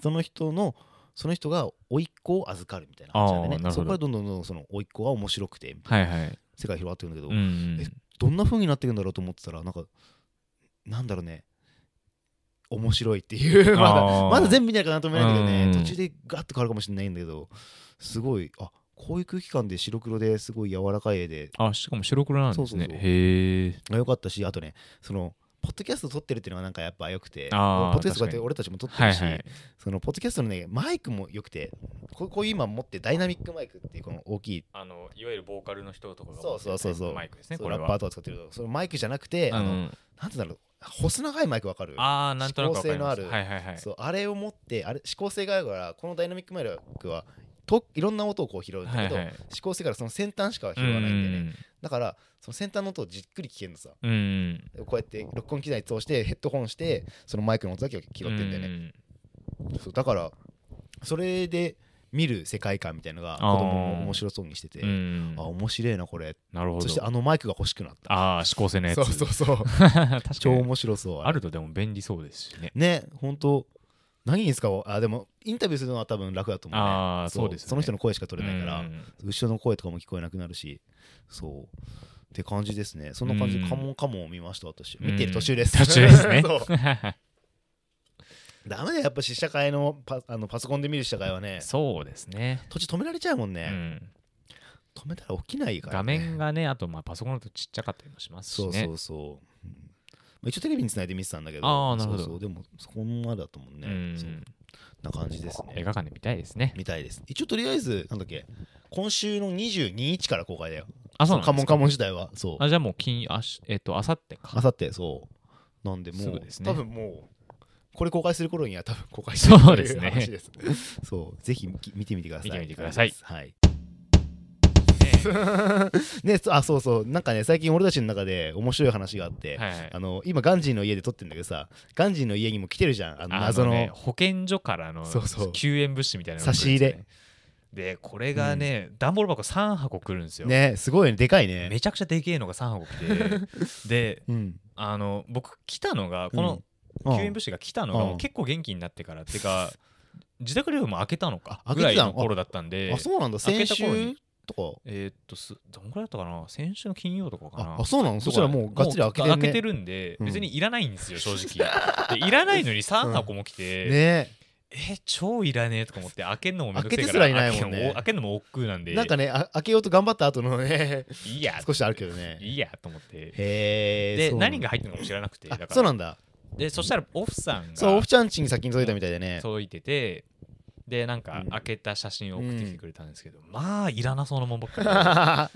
Speaker 2: その人のその人が甥っ子を預かるみたいな話なんで
Speaker 1: あーなるほ
Speaker 2: ね
Speaker 1: ど
Speaker 2: そこからどんどんどんどんその甥っ子が面白くて
Speaker 1: はいはい
Speaker 2: 世界広がってるんだけど、
Speaker 1: うん
Speaker 2: えどんな風になっていくんだろうと思ってたらなんかなんだろうね面白いっていう ま
Speaker 1: あ
Speaker 2: だ
Speaker 1: ー
Speaker 2: まだ全部見ないからなんとも言えないんだけど
Speaker 1: うん
Speaker 2: ね途中でガッと変わるかもしれないんだけどすごいあこういう空気感で白黒ですごい柔らかい絵で
Speaker 1: あしかも白黒なんですね
Speaker 2: そうそうそう
Speaker 1: へえ
Speaker 2: 良かったしあとねそのポッドキャスト撮ってるっていうのがなんかやっぱ良くてポ
Speaker 1: あー
Speaker 2: ッドキャストこうやって俺たちも撮ってるし、
Speaker 1: はいはい
Speaker 2: そのポッドキャストのねマイクも良くてここう今持ってダイナミックマイクっていうこの大きい
Speaker 1: あのいわゆるボーカルの人とかが
Speaker 2: そうそうそうそう
Speaker 1: マイクですね
Speaker 2: そう
Speaker 1: これ
Speaker 2: ラッパー
Speaker 1: は
Speaker 2: とか使ってるそのマイクじゃなくて、
Speaker 1: あ
Speaker 2: あの
Speaker 1: の
Speaker 2: なんて言うんだろう細長いマイクわかる
Speaker 1: ああなんとなくわかります
Speaker 2: 指向性のある
Speaker 1: はいはいはい
Speaker 2: そうあれを持ってあれ指向性があるからこのダイナミックマイクはといろんな音をこう拾うんだけど、
Speaker 1: はいはい
Speaker 2: 指向性からその先端しか拾わないんでね、だからその先端の音をじっくり聞けるのさ
Speaker 1: うんうん
Speaker 2: こうやって録音機材通してヘッドホンしてそのマイクの音だけを拾ってんだよね、
Speaker 1: ね
Speaker 2: そうだからそれで見る世界観みたいのが子供も面白そうにしてて、
Speaker 1: うん
Speaker 2: あ面白いなこれ
Speaker 1: なるほど
Speaker 2: そしてあのマイクが欲しくなった
Speaker 1: ああ指向性のやつ
Speaker 2: そうそうそう
Speaker 1: 確かに
Speaker 2: 超面白そう
Speaker 1: あるとでも便利そうですしね
Speaker 2: ね本当何に使おうあでもインタビューするのは多分楽だと思う、ね、
Speaker 1: あーそうですよね
Speaker 2: その人の声しか取れないから、
Speaker 1: うん
Speaker 2: 後ろの声とかも聞こえなくなるしそうって感じですねそんな感じで
Speaker 1: うん
Speaker 2: カモンカモンを見ました私
Speaker 1: うん
Speaker 2: 見てる途中です
Speaker 1: 途中ですね
Speaker 2: そうダメだよやっぱ試写会のパあのパソコンで見る試写会は ね
Speaker 1: そうですね、
Speaker 2: 途中止められちゃうもん
Speaker 1: う
Speaker 2: ね、
Speaker 1: ん、
Speaker 2: 止めたら起きないから、
Speaker 1: 画
Speaker 2: ね、
Speaker 1: 面がねあとまあパソコンだとちっちゃかったりもしますし
Speaker 2: そ
Speaker 1: ね
Speaker 2: うそうそう、うんまあ一応テレビにつないで見てたんだけど
Speaker 1: あーなるほど
Speaker 2: そうそうでもそこまでだと思うね、
Speaker 1: うん
Speaker 2: そんな感じですね
Speaker 1: 映画館で見たいですね
Speaker 2: みたいです。一応とりあえず、なんだっけ、今週の22日から公開だよ。
Speaker 1: あそう
Speaker 2: の
Speaker 1: なん
Speaker 2: カ
Speaker 1: です
Speaker 2: モンカモン時代は。そう。
Speaker 1: あじゃあもう金あしえっ、とあさってか
Speaker 2: あさって、そう。なんで、
Speaker 1: す
Speaker 2: もう、
Speaker 1: ぐですね
Speaker 2: 多分もう、これ公開する頃には多分公開してる
Speaker 1: そうですね
Speaker 2: という話です。そう。ぜひき見てみてください。
Speaker 1: 見てみてください
Speaker 2: はい。ね、そあ、そうそう。なんかね、最近俺たちの中で面白い話があって、
Speaker 1: はいはい
Speaker 2: あの今ガンジーの家で撮ってんだけどさガンジーの家にも来てるじゃんあの謎
Speaker 1: あ
Speaker 2: の
Speaker 1: ね保健所からの
Speaker 2: そうそう
Speaker 1: 救援物資みたいなのが
Speaker 2: 差し入れ
Speaker 1: 来るんですよねでこれがね、段ボール箱3箱くるんですよ、
Speaker 2: ねすごいねでかいね
Speaker 1: めちゃくちゃでけえのが3箱 来てで
Speaker 2: うん
Speaker 1: あの僕来たのがこ
Speaker 2: うん
Speaker 1: の
Speaker 2: うん
Speaker 1: 救援物資が来たのが
Speaker 2: うん
Speaker 1: もう結構元気になってからっていう か自宅療養も開けたのか
Speaker 2: あ開
Speaker 1: ぐ
Speaker 2: け
Speaker 1: ら
Speaker 2: て
Speaker 1: い
Speaker 2: たの
Speaker 1: の頃だったんで
Speaker 2: あそうなんだ
Speaker 1: 開
Speaker 2: 先
Speaker 1: けた頃
Speaker 2: 週
Speaker 1: に
Speaker 2: と
Speaker 1: えーっとすどんぐらいだったかな先週の金曜とか
Speaker 2: か
Speaker 1: かな
Speaker 2: ああそうなのそしたらもうがっつり開けて
Speaker 1: も
Speaker 2: る
Speaker 1: う
Speaker 2: ね
Speaker 1: るんで
Speaker 2: うん
Speaker 1: 別にいらないんですよ正 直でいらないのに3箱も来て、
Speaker 2: ね
Speaker 1: え超いらねえとか思って開けるのもめんどくせえか
Speaker 2: 開けてすらいないもんね
Speaker 1: 開けるのも開けるのも億劫なんで
Speaker 2: なんかねあ開けようと頑張った後のね
Speaker 1: いいや
Speaker 2: 少しあるけどね
Speaker 1: いいやと思って
Speaker 2: へえ
Speaker 1: で何が入ってるのかも知らなくてだから
Speaker 2: そうなんだ
Speaker 1: でそしたらオフさんが
Speaker 2: そうオフちゃんちに先に届いたみたいでね
Speaker 1: 届いててでなんか
Speaker 2: うん
Speaker 1: 開けた写真を送ってきてくれたんですけど、まあいらなそうなもんばっ か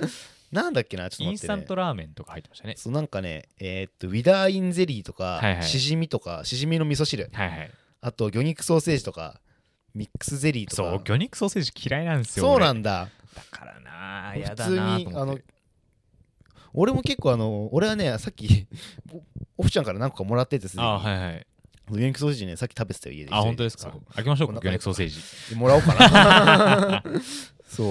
Speaker 2: なんだっけなちょっと
Speaker 1: りイ
Speaker 2: 待
Speaker 1: ン
Speaker 2: っ
Speaker 1: ス
Speaker 2: て、
Speaker 1: タ
Speaker 2: ね、
Speaker 1: ントラーメンとか入ってましたね
Speaker 2: そうなんかねえーっとウィダーインゼリーとか、
Speaker 1: はいはい
Speaker 2: しじみとかしじみの味噌汁
Speaker 1: はいはい
Speaker 2: あと魚肉ソーセージとかミックスゼリーとか
Speaker 1: そう魚肉ソーセージ嫌いなんですよ
Speaker 2: そうな
Speaker 1: 俺
Speaker 2: んだ
Speaker 1: だからなあ
Speaker 2: 普
Speaker 1: やだ
Speaker 2: 通に
Speaker 1: なあと思って
Speaker 2: 俺も結構あの俺はねさっきオフちゃんから何個かもらっててすで
Speaker 1: あ
Speaker 2: に
Speaker 1: はいはい
Speaker 2: 魚肉ソーセージねさっき食べてたよ家で
Speaker 1: あ本当ですか
Speaker 2: そう
Speaker 1: 開けましょう
Speaker 2: お
Speaker 1: か
Speaker 2: 腹
Speaker 1: 魚肉ソーセージ
Speaker 2: でもらおうか な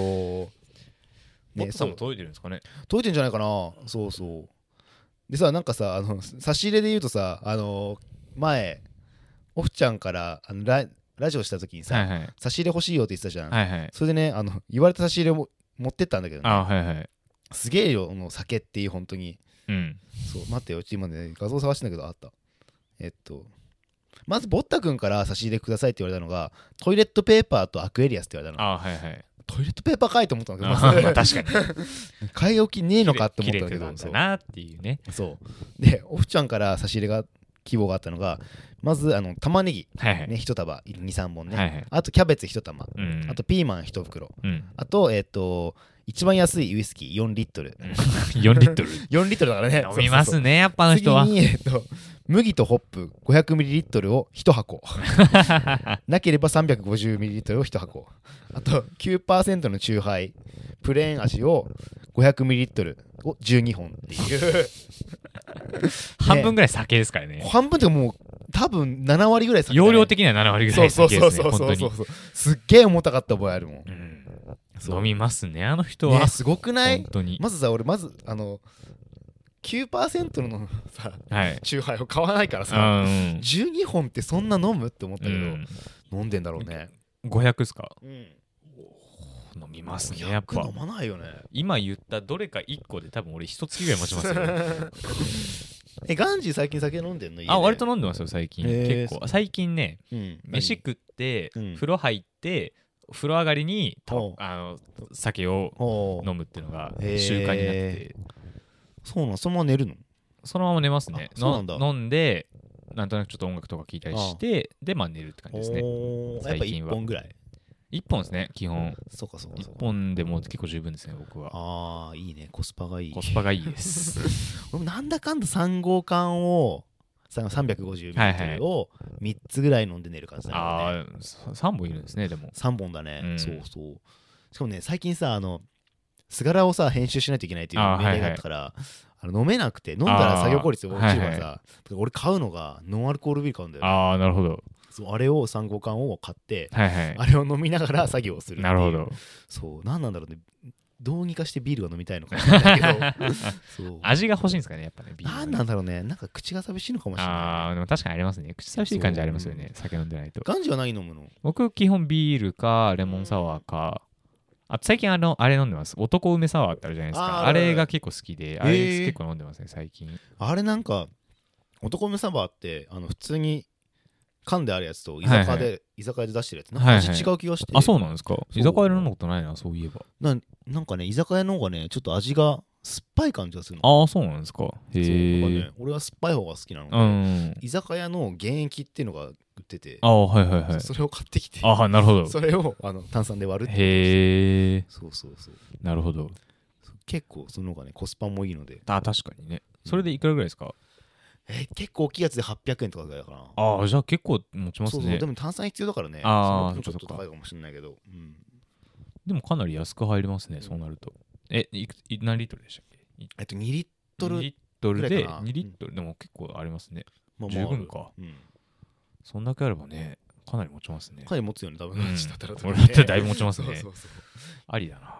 Speaker 2: そう
Speaker 1: ボ
Speaker 2: ね
Speaker 1: ットさ
Speaker 2: そ
Speaker 1: んも
Speaker 2: う
Speaker 1: 届いてるんですかね
Speaker 2: 解いてんじゃないかなそうそうでさなんかさあの差し入れで言うとさあの前オフちゃんからあのララジオした時にさ、
Speaker 1: はいはい
Speaker 2: 差し入れ欲しいよって言ってたじゃん、
Speaker 1: はいはい
Speaker 2: それでねあの言われた差し入れを持ってったんだけどね
Speaker 1: あはいはい
Speaker 2: すげえ量の酒っていう本当に
Speaker 1: うん
Speaker 2: そう待ってよちょっと今ね画像探してんだけどあったえっとまずボッタ君から差し入れくださいって言われたのがトイレットペーパーとアクエリアスって言われたの
Speaker 1: あはいはい
Speaker 2: トイレットペーパーかいと思った んだ
Speaker 1: あ
Speaker 2: け
Speaker 1: ま
Speaker 2: どま
Speaker 1: あ
Speaker 2: ず
Speaker 1: 確かに
Speaker 2: 買い置きねえのかって思ったんだけ
Speaker 1: 切れてた
Speaker 2: ど
Speaker 1: ん
Speaker 2: そ
Speaker 1: だ
Speaker 2: う
Speaker 1: なっていうね
Speaker 2: そうでオフちゃんから差し入れが希望があったのがまずあの玉ねぎ
Speaker 1: はいはい
Speaker 2: ね一束23本ね、
Speaker 1: はいはい
Speaker 2: あとキャベツ一玉、
Speaker 1: うん
Speaker 2: あとピーマン一袋
Speaker 1: うん
Speaker 2: あとえっと一番安いウイスキー4リットル、
Speaker 1: 4リットル
Speaker 2: 4リットルだからね
Speaker 1: 飲みま
Speaker 2: そうそうそう
Speaker 1: すねやっぱあの人は
Speaker 2: 次に、えっと、麦とホップ 500ml を1箱 なければ 350ml を1箱あと9%のチューハイプレーン味を 500ml を12本っていう
Speaker 1: 半分ぐらい酒ですからね
Speaker 2: 半分ってもう多分7割ぐらい酒だね
Speaker 1: 容量的には7割ぐら
Speaker 2: そ
Speaker 1: いう
Speaker 2: そう
Speaker 1: 酒で
Speaker 2: そう
Speaker 1: す
Speaker 2: そ
Speaker 1: ね
Speaker 2: う
Speaker 1: 本
Speaker 2: そ
Speaker 1: 当
Speaker 2: う
Speaker 1: に
Speaker 2: そうすっげえ重たかった覚えあるもん
Speaker 1: うん
Speaker 2: そう
Speaker 1: 飲みますねあの人は
Speaker 2: ねすごくない
Speaker 1: 本当に
Speaker 2: まずさ俺まずあの9%のさ
Speaker 1: はい
Speaker 2: チューハイを買わないから
Speaker 1: う
Speaker 2: さ
Speaker 1: ん
Speaker 2: 12本ってそんな飲むって思った
Speaker 1: う
Speaker 2: けど、
Speaker 1: ん
Speaker 2: 飲んでんだろうね。
Speaker 1: 500ですか
Speaker 2: うん。
Speaker 1: 飲みますねやっぱ
Speaker 2: 飲まないよね。
Speaker 1: 今言ったどれか1個で多分俺一月ぐらい持ちますよ
Speaker 2: えガンジー最近酒飲んでんの家で
Speaker 1: あ割と飲んでますよ最近
Speaker 2: へー
Speaker 1: 結構最近ね
Speaker 2: うん
Speaker 1: 飯食って、
Speaker 2: うん
Speaker 1: 風呂入って風呂上がりにた
Speaker 2: おう
Speaker 1: あの酒を
Speaker 2: ほう
Speaker 1: 飲むっていうのが
Speaker 2: へー
Speaker 1: 習慣になってて
Speaker 2: そうなんそのまま寝るの
Speaker 1: そのまま寝ますね
Speaker 2: あそうなんだ
Speaker 1: の飲んでなんとなくちょっと音楽とか聞いたりしてでまあ寝るって感じですね
Speaker 2: おーやっぱ
Speaker 1: 最
Speaker 2: 一
Speaker 1: 近は
Speaker 2: 本ぐらい
Speaker 1: 1本ですね基本
Speaker 2: そうかそうか
Speaker 1: 1
Speaker 2: そうか
Speaker 1: 本でもう結構十分ですね僕は
Speaker 2: ああいいねコスパがいい
Speaker 1: コスパがいいです
Speaker 2: 俺もなんだかんだ3号缶をさ 350ml を3つぐらい飲んで寝る感じだよね
Speaker 1: ああ3本いるんですねでも
Speaker 2: 3本だね、
Speaker 1: うん
Speaker 2: そうそうしかもね最近さあの菅原をさ編集しないといけないっていう
Speaker 1: あー
Speaker 2: 命令があったからあの飲めなくて飲んだら作業効率が落ちるからさ、
Speaker 1: あ
Speaker 2: 俺買うのがノンアルコールビール買うんだよね、
Speaker 1: ああなるほど
Speaker 2: そうあれを3号缶を買って、
Speaker 1: はいはい
Speaker 2: あれを飲みながら作業をするっていう
Speaker 1: なるほど
Speaker 2: そう何なんだろうねどうにかしてビールが飲みたいのかもしれな いけどそう
Speaker 1: 味が欲しいんですかねやっぱねビールは
Speaker 2: 何
Speaker 1: ね
Speaker 2: なんだろうねなんか口が寂しいのかもしれ
Speaker 1: あ
Speaker 2: ない
Speaker 1: あでも確かにありますね口寂しい感じありますよね酒飲んでないと
Speaker 2: ガンジは何飲むの
Speaker 1: 僕基本ビールかレモンサワーかあ最近あのあれ飲んでます男梅サワーってあるじゃないです
Speaker 2: あ
Speaker 1: か
Speaker 2: ー
Speaker 1: あれが結構好きであれ
Speaker 2: へー
Speaker 1: 結構飲んでますね最近
Speaker 2: あれなんか男梅サバーってあの普通に缶であるやつと居
Speaker 1: はいはい
Speaker 2: 酒屋で、居酒屋で出してるやつなんか味
Speaker 1: はい
Speaker 2: 違
Speaker 1: は
Speaker 2: う気がして、
Speaker 1: あそうなんですか
Speaker 2: う
Speaker 1: 居酒屋で飲んだことないなそういえば
Speaker 2: ななんかね居酒屋の方がねちょっと味が酸っぱい感じがするの
Speaker 1: ああそうなんですかへ
Speaker 2: そうなんか
Speaker 1: え
Speaker 2: ね俺は酸っぱい方が好きなので、
Speaker 1: うん
Speaker 2: 居酒屋の原液っていうのが売ってて
Speaker 1: ああはいはいはい
Speaker 2: それを買ってきて
Speaker 1: ああなるほど
Speaker 2: それをあの炭酸で割るっていう
Speaker 1: へえ
Speaker 2: そうそうそう
Speaker 1: なるほど
Speaker 2: 結構その方がねコスパもいいので
Speaker 1: あ確かにねそれでいくらぐらいですか
Speaker 2: えー結構大きいやつで800円とかぐらいだから
Speaker 1: ああじゃあ結構持ちま
Speaker 2: そ
Speaker 1: す
Speaker 2: うそう
Speaker 1: ね
Speaker 2: でも炭酸必要だからね
Speaker 1: あー
Speaker 2: その分ちょっと
Speaker 1: そっか
Speaker 2: 高いかもしれないけど、うん、
Speaker 1: でもかなり安く入りますねそうなるとえいくい何リットルでしたっけい
Speaker 2: えっと2リットル
Speaker 1: 2リットル
Speaker 2: くらい
Speaker 1: で
Speaker 2: かな
Speaker 1: 2リットルでも結構ありますね
Speaker 2: まあ
Speaker 1: 十
Speaker 2: まああ
Speaker 1: 分
Speaker 2: る
Speaker 1: か
Speaker 2: うん、
Speaker 1: そんだけあればねかなり持ちますね
Speaker 2: 彼持つよね多分、
Speaker 1: うん
Speaker 2: だったら
Speaker 1: 俺だってだいぶ持ちますね
Speaker 2: そうそうそ
Speaker 1: ありだな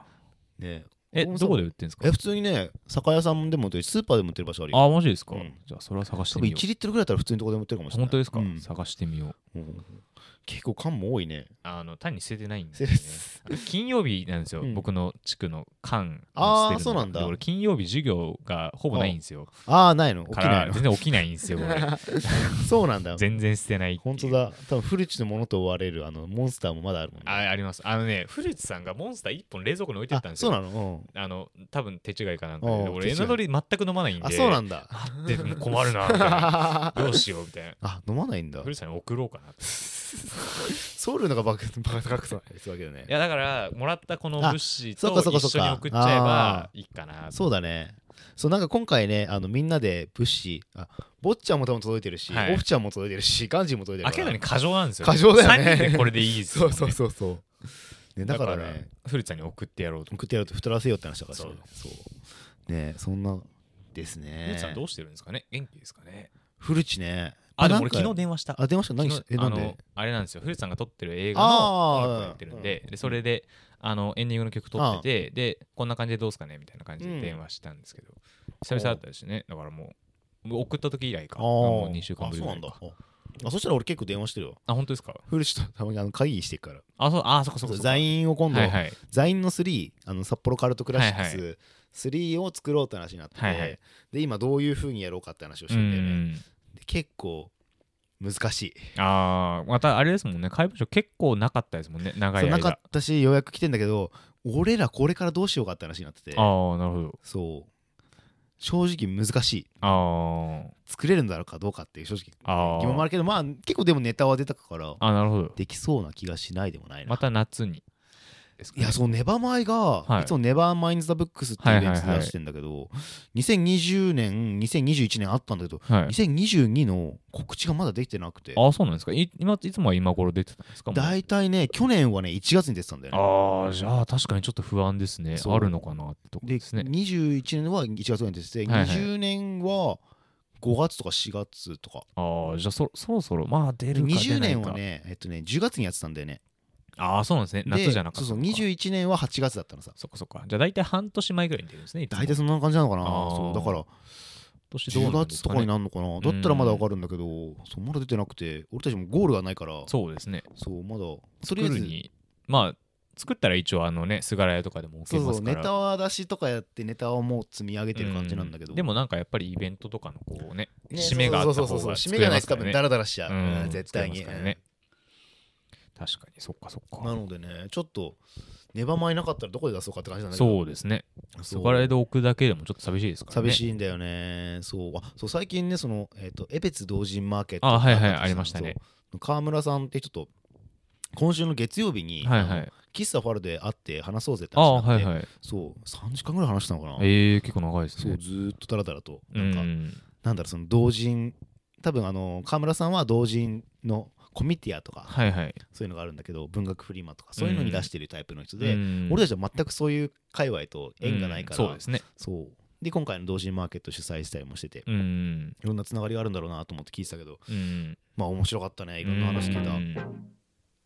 Speaker 2: うね
Speaker 1: え
Speaker 2: 僕もさ
Speaker 1: どこで売ってんですか
Speaker 2: え普通にね酒屋さんでも売ってるしスーパーでも売ってる場所あるよ
Speaker 1: あマジですか
Speaker 2: うん
Speaker 1: じゃあそれは探して
Speaker 2: 多分
Speaker 1: み
Speaker 2: 1
Speaker 1: よ
Speaker 2: リットルぐらいだったら普通にどこでも売ってるかも
Speaker 1: う
Speaker 2: しれない
Speaker 1: 本当ですか
Speaker 2: うん
Speaker 1: 探してみよう
Speaker 2: うん結構缶も多いね
Speaker 1: あの単に捨ててないんで
Speaker 2: そう
Speaker 1: す
Speaker 2: で
Speaker 1: ね
Speaker 2: す
Speaker 1: あの金曜日なんですよ
Speaker 2: うん
Speaker 1: 僕の地区の缶
Speaker 2: あー
Speaker 1: を捨てるのが
Speaker 2: そうなんだ
Speaker 1: で俺金曜日授業がほぼないんですよ
Speaker 2: ああないの起き
Speaker 1: か
Speaker 2: ない
Speaker 1: ら
Speaker 2: の
Speaker 1: 全然起きないんですよ俺
Speaker 2: そうなんだ
Speaker 1: 全然捨てないっていう
Speaker 2: 本当だ多分フルチのものと追われるあのモンスターもまだあるもんね
Speaker 1: あありますあのね古内さんがモンスター1本冷蔵庫に置いてったんです
Speaker 2: そう
Speaker 1: よ
Speaker 2: なの、
Speaker 1: あの多分手違いかなんかで
Speaker 2: うん手違
Speaker 1: 俺
Speaker 2: い
Speaker 1: エナドリ全く飲まない
Speaker 2: うんん、
Speaker 1: で
Speaker 2: あそうなん だ
Speaker 1: でも困るなみたい などうしようみたいな
Speaker 2: あ飲まないんだ
Speaker 1: 古内さんに送ろうかなって
Speaker 2: ソウルのがバカバカ高くさないでするわけだ
Speaker 1: い
Speaker 2: ね
Speaker 1: やだからもらったこの
Speaker 2: あ
Speaker 1: 物資
Speaker 2: そ
Speaker 1: と
Speaker 2: っかそっかそっ
Speaker 1: 一
Speaker 2: か
Speaker 1: 緒に送っちゃえばいいかな
Speaker 2: そうだねそうなんか今回ねあのみんなで物資あ坊ちゃんも多分届いてるし、
Speaker 1: はい
Speaker 2: オフちゃんも届いてるしガンジーも届いてるか
Speaker 1: 明ら
Speaker 2: ら
Speaker 1: かに過剰なんですよ
Speaker 2: 過剰だよね
Speaker 1: 3人でこれでいいですも
Speaker 2: そ
Speaker 1: ん
Speaker 2: う
Speaker 1: ね
Speaker 2: そうそうそう、ね、だからね
Speaker 1: 古内さんに送ってやろうと
Speaker 2: 送ってやると太らせようって話だから
Speaker 1: そう
Speaker 2: そうねそんなです
Speaker 1: 古
Speaker 2: ね
Speaker 1: 内さんどうしてるんですかね元気ですかね
Speaker 2: フルチね
Speaker 1: あでも俺昨
Speaker 2: な
Speaker 1: 日
Speaker 2: んか
Speaker 1: 電話した
Speaker 2: あ電話した何し
Speaker 1: 昨日
Speaker 2: えなん
Speaker 1: あ
Speaker 2: で
Speaker 1: のあれなんですよ古内さんが撮ってる映画の
Speaker 2: あー
Speaker 1: 音楽をやってるんで,、でそれであのエンディングの曲撮っててでこんな感じでどうすかねみたいな感じで電話したんですけど、久々だったですねだからもうもう送った時以来か
Speaker 2: あー
Speaker 1: もう2週間
Speaker 2: あ
Speaker 1: ぶり
Speaker 2: そう
Speaker 1: ぐら
Speaker 2: ないん
Speaker 1: か
Speaker 2: だあそしたら俺結構電話してるわ
Speaker 1: あ本当ですか
Speaker 2: フルチとたまにあの会議してるから
Speaker 1: あそうあそっかそっかそっか
Speaker 2: 在院を今度、
Speaker 1: はいはい
Speaker 2: ザインの3あの札幌カルトクラシック
Speaker 1: はい
Speaker 2: ス3を作ろうって話になってて、
Speaker 1: はいはい
Speaker 2: で今どういう風にやろうかって話をして
Speaker 1: う
Speaker 2: て、ね
Speaker 1: ん
Speaker 2: で結構難しい
Speaker 1: あーまたあれですもんね怪文書結構なかったですもんね長い
Speaker 2: そう
Speaker 1: 間
Speaker 2: なかったし予約来てんだけど俺らこれからどうしようかって話になってて
Speaker 1: ああなるほど
Speaker 2: そう正直難しい
Speaker 1: あー
Speaker 2: 作れるんだろうかどうかっていう正直
Speaker 1: あー
Speaker 2: 疑問もあるけどまあ結構でもネタは出たから
Speaker 1: あなるほど
Speaker 2: できそうな気がしないでもないな、
Speaker 1: また夏にですか
Speaker 2: い
Speaker 1: ね
Speaker 2: やそうネバマイが、
Speaker 1: はい
Speaker 2: い、つもネバーマインズ・ザ・ブックスっていうイベン
Speaker 1: は
Speaker 2: ト
Speaker 1: いはいは
Speaker 2: で
Speaker 1: い
Speaker 2: 出してんだけど、2020年2021年あったんだけど
Speaker 1: はい
Speaker 2: 2022の告知がまだできてなくて
Speaker 1: あそうなんですかい今いつもは今頃出てたんですかもう
Speaker 2: 大体ね去年はね1月に出てたんだよね
Speaker 1: ああじゃあ確かにちょっと不安ですね
Speaker 2: そう
Speaker 1: あるのかなってとこ
Speaker 2: で
Speaker 1: ですね
Speaker 2: 21年は1月に出てて、
Speaker 1: はいはい
Speaker 2: 20年は5月とか4月とか
Speaker 1: ああじゃあそそろそろまあ出
Speaker 2: で
Speaker 1: るか
Speaker 2: 20
Speaker 1: 出ないか
Speaker 2: 年はねえっとね10月にやってたんだよね
Speaker 1: ああそうなんですね
Speaker 2: で
Speaker 1: 夏じゃなかった
Speaker 2: そうそう
Speaker 1: のか
Speaker 2: 21年は8月だったのさ
Speaker 1: そっかそっかじゃあ大体半年前ぐらいに出るんですねいつも
Speaker 2: 大体そんな感じなのかな
Speaker 1: あー
Speaker 2: そうだから
Speaker 1: 今年どうな
Speaker 2: 10
Speaker 1: んで
Speaker 2: 月
Speaker 1: す
Speaker 2: と
Speaker 1: か
Speaker 2: か
Speaker 1: ね
Speaker 2: になるのかなだったらまだわかるんだけどそうまだ出てなくて俺たちもゴールがないから
Speaker 1: そうですね
Speaker 2: そうまだと
Speaker 1: 作
Speaker 2: りあえ
Speaker 1: る
Speaker 2: ず
Speaker 1: にまあ作ったら一応あのね菅原屋とかでも置け
Speaker 2: そう
Speaker 1: ま
Speaker 2: そ
Speaker 1: す
Speaker 2: う
Speaker 1: か
Speaker 2: ネ
Speaker 1: ら
Speaker 2: タは出しとかやってネタをもう積み上げてる感じなんだけど、
Speaker 1: うでもなんかやっぱりイベントとかのこうね
Speaker 2: ね
Speaker 1: 締めがあった
Speaker 2: そう
Speaker 1: 方
Speaker 2: そうそう
Speaker 1: が
Speaker 2: そう
Speaker 1: 作
Speaker 2: 締めが
Speaker 1: れ
Speaker 2: な
Speaker 1: ま
Speaker 2: い
Speaker 1: すか
Speaker 2: と多
Speaker 1: ら
Speaker 2: 分
Speaker 1: ね
Speaker 2: ダラダラしちゃう、
Speaker 1: うん
Speaker 2: うん絶対に、
Speaker 1: 作れますからね確かにそっかそっ
Speaker 2: うんな
Speaker 1: か
Speaker 2: のでねちょっとネバマイなかったらどこで出そうかって感じなんだけど
Speaker 1: そうですね
Speaker 2: そう
Speaker 1: そこら辺で置くだけでもちょっと寂しいですからね
Speaker 2: 寂しいんだよねそうあそう最近ねそのえっ、とエペツ同人マーケット
Speaker 1: あはいはい
Speaker 2: ってのが
Speaker 1: ありましたね
Speaker 2: そう川村さんって人と今週の月曜日に、
Speaker 1: はい
Speaker 2: あ
Speaker 1: は
Speaker 2: の
Speaker 1: い
Speaker 2: 喫茶ファルで会って話そうぜって
Speaker 1: あ
Speaker 2: 話になって
Speaker 1: はいはい
Speaker 2: そう3時間ぐらい話したのかな、
Speaker 1: えー、結構長いです
Speaker 2: そ
Speaker 1: ね
Speaker 2: うずーっとダラダラと
Speaker 1: う
Speaker 2: なんか、
Speaker 1: ん
Speaker 2: なんだろうその同人多分あの川村さんは同人のコミティアとか
Speaker 1: はいはい
Speaker 2: そういうのがあるんだけど文学フリマとかそういうのに出してるタイプの人で、
Speaker 1: うん
Speaker 2: 俺たちは全くそういう界隈と縁がないから、
Speaker 1: うんそうですね
Speaker 2: そうで今回の同人マーケット主催したりもしてて、い
Speaker 1: うん
Speaker 2: ろんなつながりがあるんだろうなと思って聞いてたけど
Speaker 1: うん
Speaker 2: まあ面白かったねいろんな話聞いた、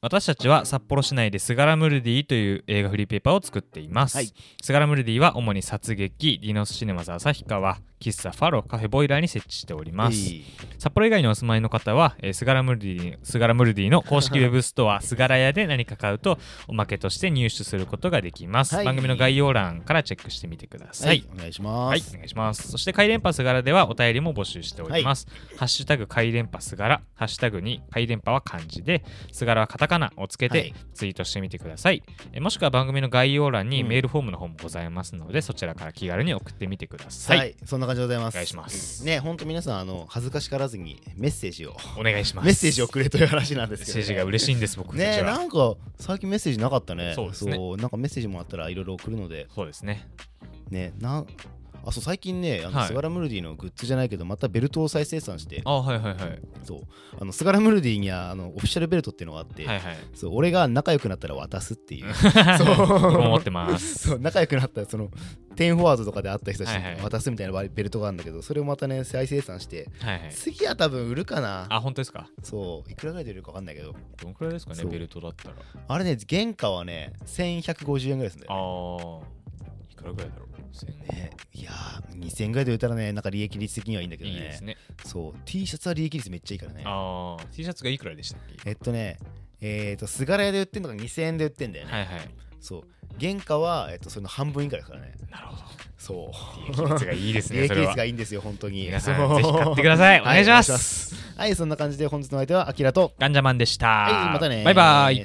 Speaker 1: 私たちは札幌市内で「スガラムルディ」という映画フリーペーパーを作っています、
Speaker 2: はい
Speaker 1: スガラムルディは主に殺撃ディノスシネマズ旭川喫茶ファロカフェボイラーに設置しております
Speaker 2: いい
Speaker 1: 札幌以外にお住まいの方は、えースガラムルディスガラムルディの公式ウェブストア スガラ屋で何か買うとおまけとして入手することができます、
Speaker 2: はい
Speaker 1: 番組の概要欄からチェックしてみてくださ
Speaker 2: はいい、お願いします、
Speaker 1: はい、お願いします。そして、回連波すがらではお便りも募集しております。ハッシュタグ回連波すがら、ハッシュタグに回連波は漢字で、すがらはカタカナをつけ
Speaker 2: は
Speaker 1: て
Speaker 2: い
Speaker 1: ツイートしてみてください。えもしくは番組の概要欄に
Speaker 2: うん
Speaker 1: メールフォームの方もございますので、そちらから気軽に送ってみてくださ。
Speaker 2: はいい、そんな感じでございます
Speaker 1: お願いします
Speaker 2: ね本当皆さんあの恥ずかしからずにメッセージを
Speaker 1: お願いします。
Speaker 2: メッセージをくれという話なんで
Speaker 1: メ
Speaker 2: す
Speaker 1: ッ
Speaker 2: けど、
Speaker 1: セージが嬉しいんです、僕た
Speaker 2: ね
Speaker 1: ち
Speaker 2: え
Speaker 1: は。
Speaker 2: なんか最近メッセージなかったね
Speaker 1: そうですね
Speaker 2: うなんかメッセージもらったらいろいろ送るので
Speaker 1: そうですね。
Speaker 2: ねなんあそう最近ねあの、
Speaker 1: はい
Speaker 2: スガラムルディのグッズじゃないけどまたベルトを再生産して
Speaker 1: あ、はいはいはい。
Speaker 2: そうあのスガラムルディにはあのオフィシャルベルトっていうのがあって、
Speaker 1: はいはい。
Speaker 2: そう俺が仲良くなったら渡すっ ていう
Speaker 1: 僕も
Speaker 2: そ
Speaker 1: 持
Speaker 2: う
Speaker 1: ってます。
Speaker 2: そう仲良くなったらそのテンフォワードとかで会った人たち
Speaker 1: はいは
Speaker 2: に
Speaker 1: い
Speaker 2: 渡すみたいなベルトがあるんだけどそれをまたね再生産して
Speaker 1: はいはい。
Speaker 2: 次は多分売るかな
Speaker 1: あ、本当ですか。
Speaker 2: そういくらぐらいで売れるか分かんないけど
Speaker 1: どんくらいですかね、
Speaker 2: そう
Speaker 1: ベルトだったら。
Speaker 2: あれね原価はね1150円ぐらいですね
Speaker 1: あー、いくらぐらいだろう。千
Speaker 2: ね、いやー2000円ぐらいで売ったらねなんか利益率的にはいいんだけどね
Speaker 1: いいですね。
Speaker 2: そう T シャツは利益率めっちゃいいからね
Speaker 1: ああ、T シャツがいくらでしたっけ
Speaker 2: えっとねえっ、とすがら屋で売ってんのが2000円で売ってんだよね、
Speaker 1: はいはい。
Speaker 2: そう原価は、えっとそれの半分以下ですからね
Speaker 1: なるほど。
Speaker 2: そう
Speaker 1: 利益率がいいです
Speaker 2: 利
Speaker 1: ね、
Speaker 2: 益
Speaker 1: それ
Speaker 2: 率
Speaker 1: は
Speaker 2: が。いいんですよ本当に
Speaker 1: 皆さ
Speaker 2: そ
Speaker 1: ん、
Speaker 2: う
Speaker 1: ぜひ買ってください。 お願いしま。
Speaker 2: はお願いしますはいそんな感じで本日のお相手はアキラと
Speaker 1: ガンジャマンでした。
Speaker 2: はいまたね
Speaker 1: バイバイ。
Speaker 2: イ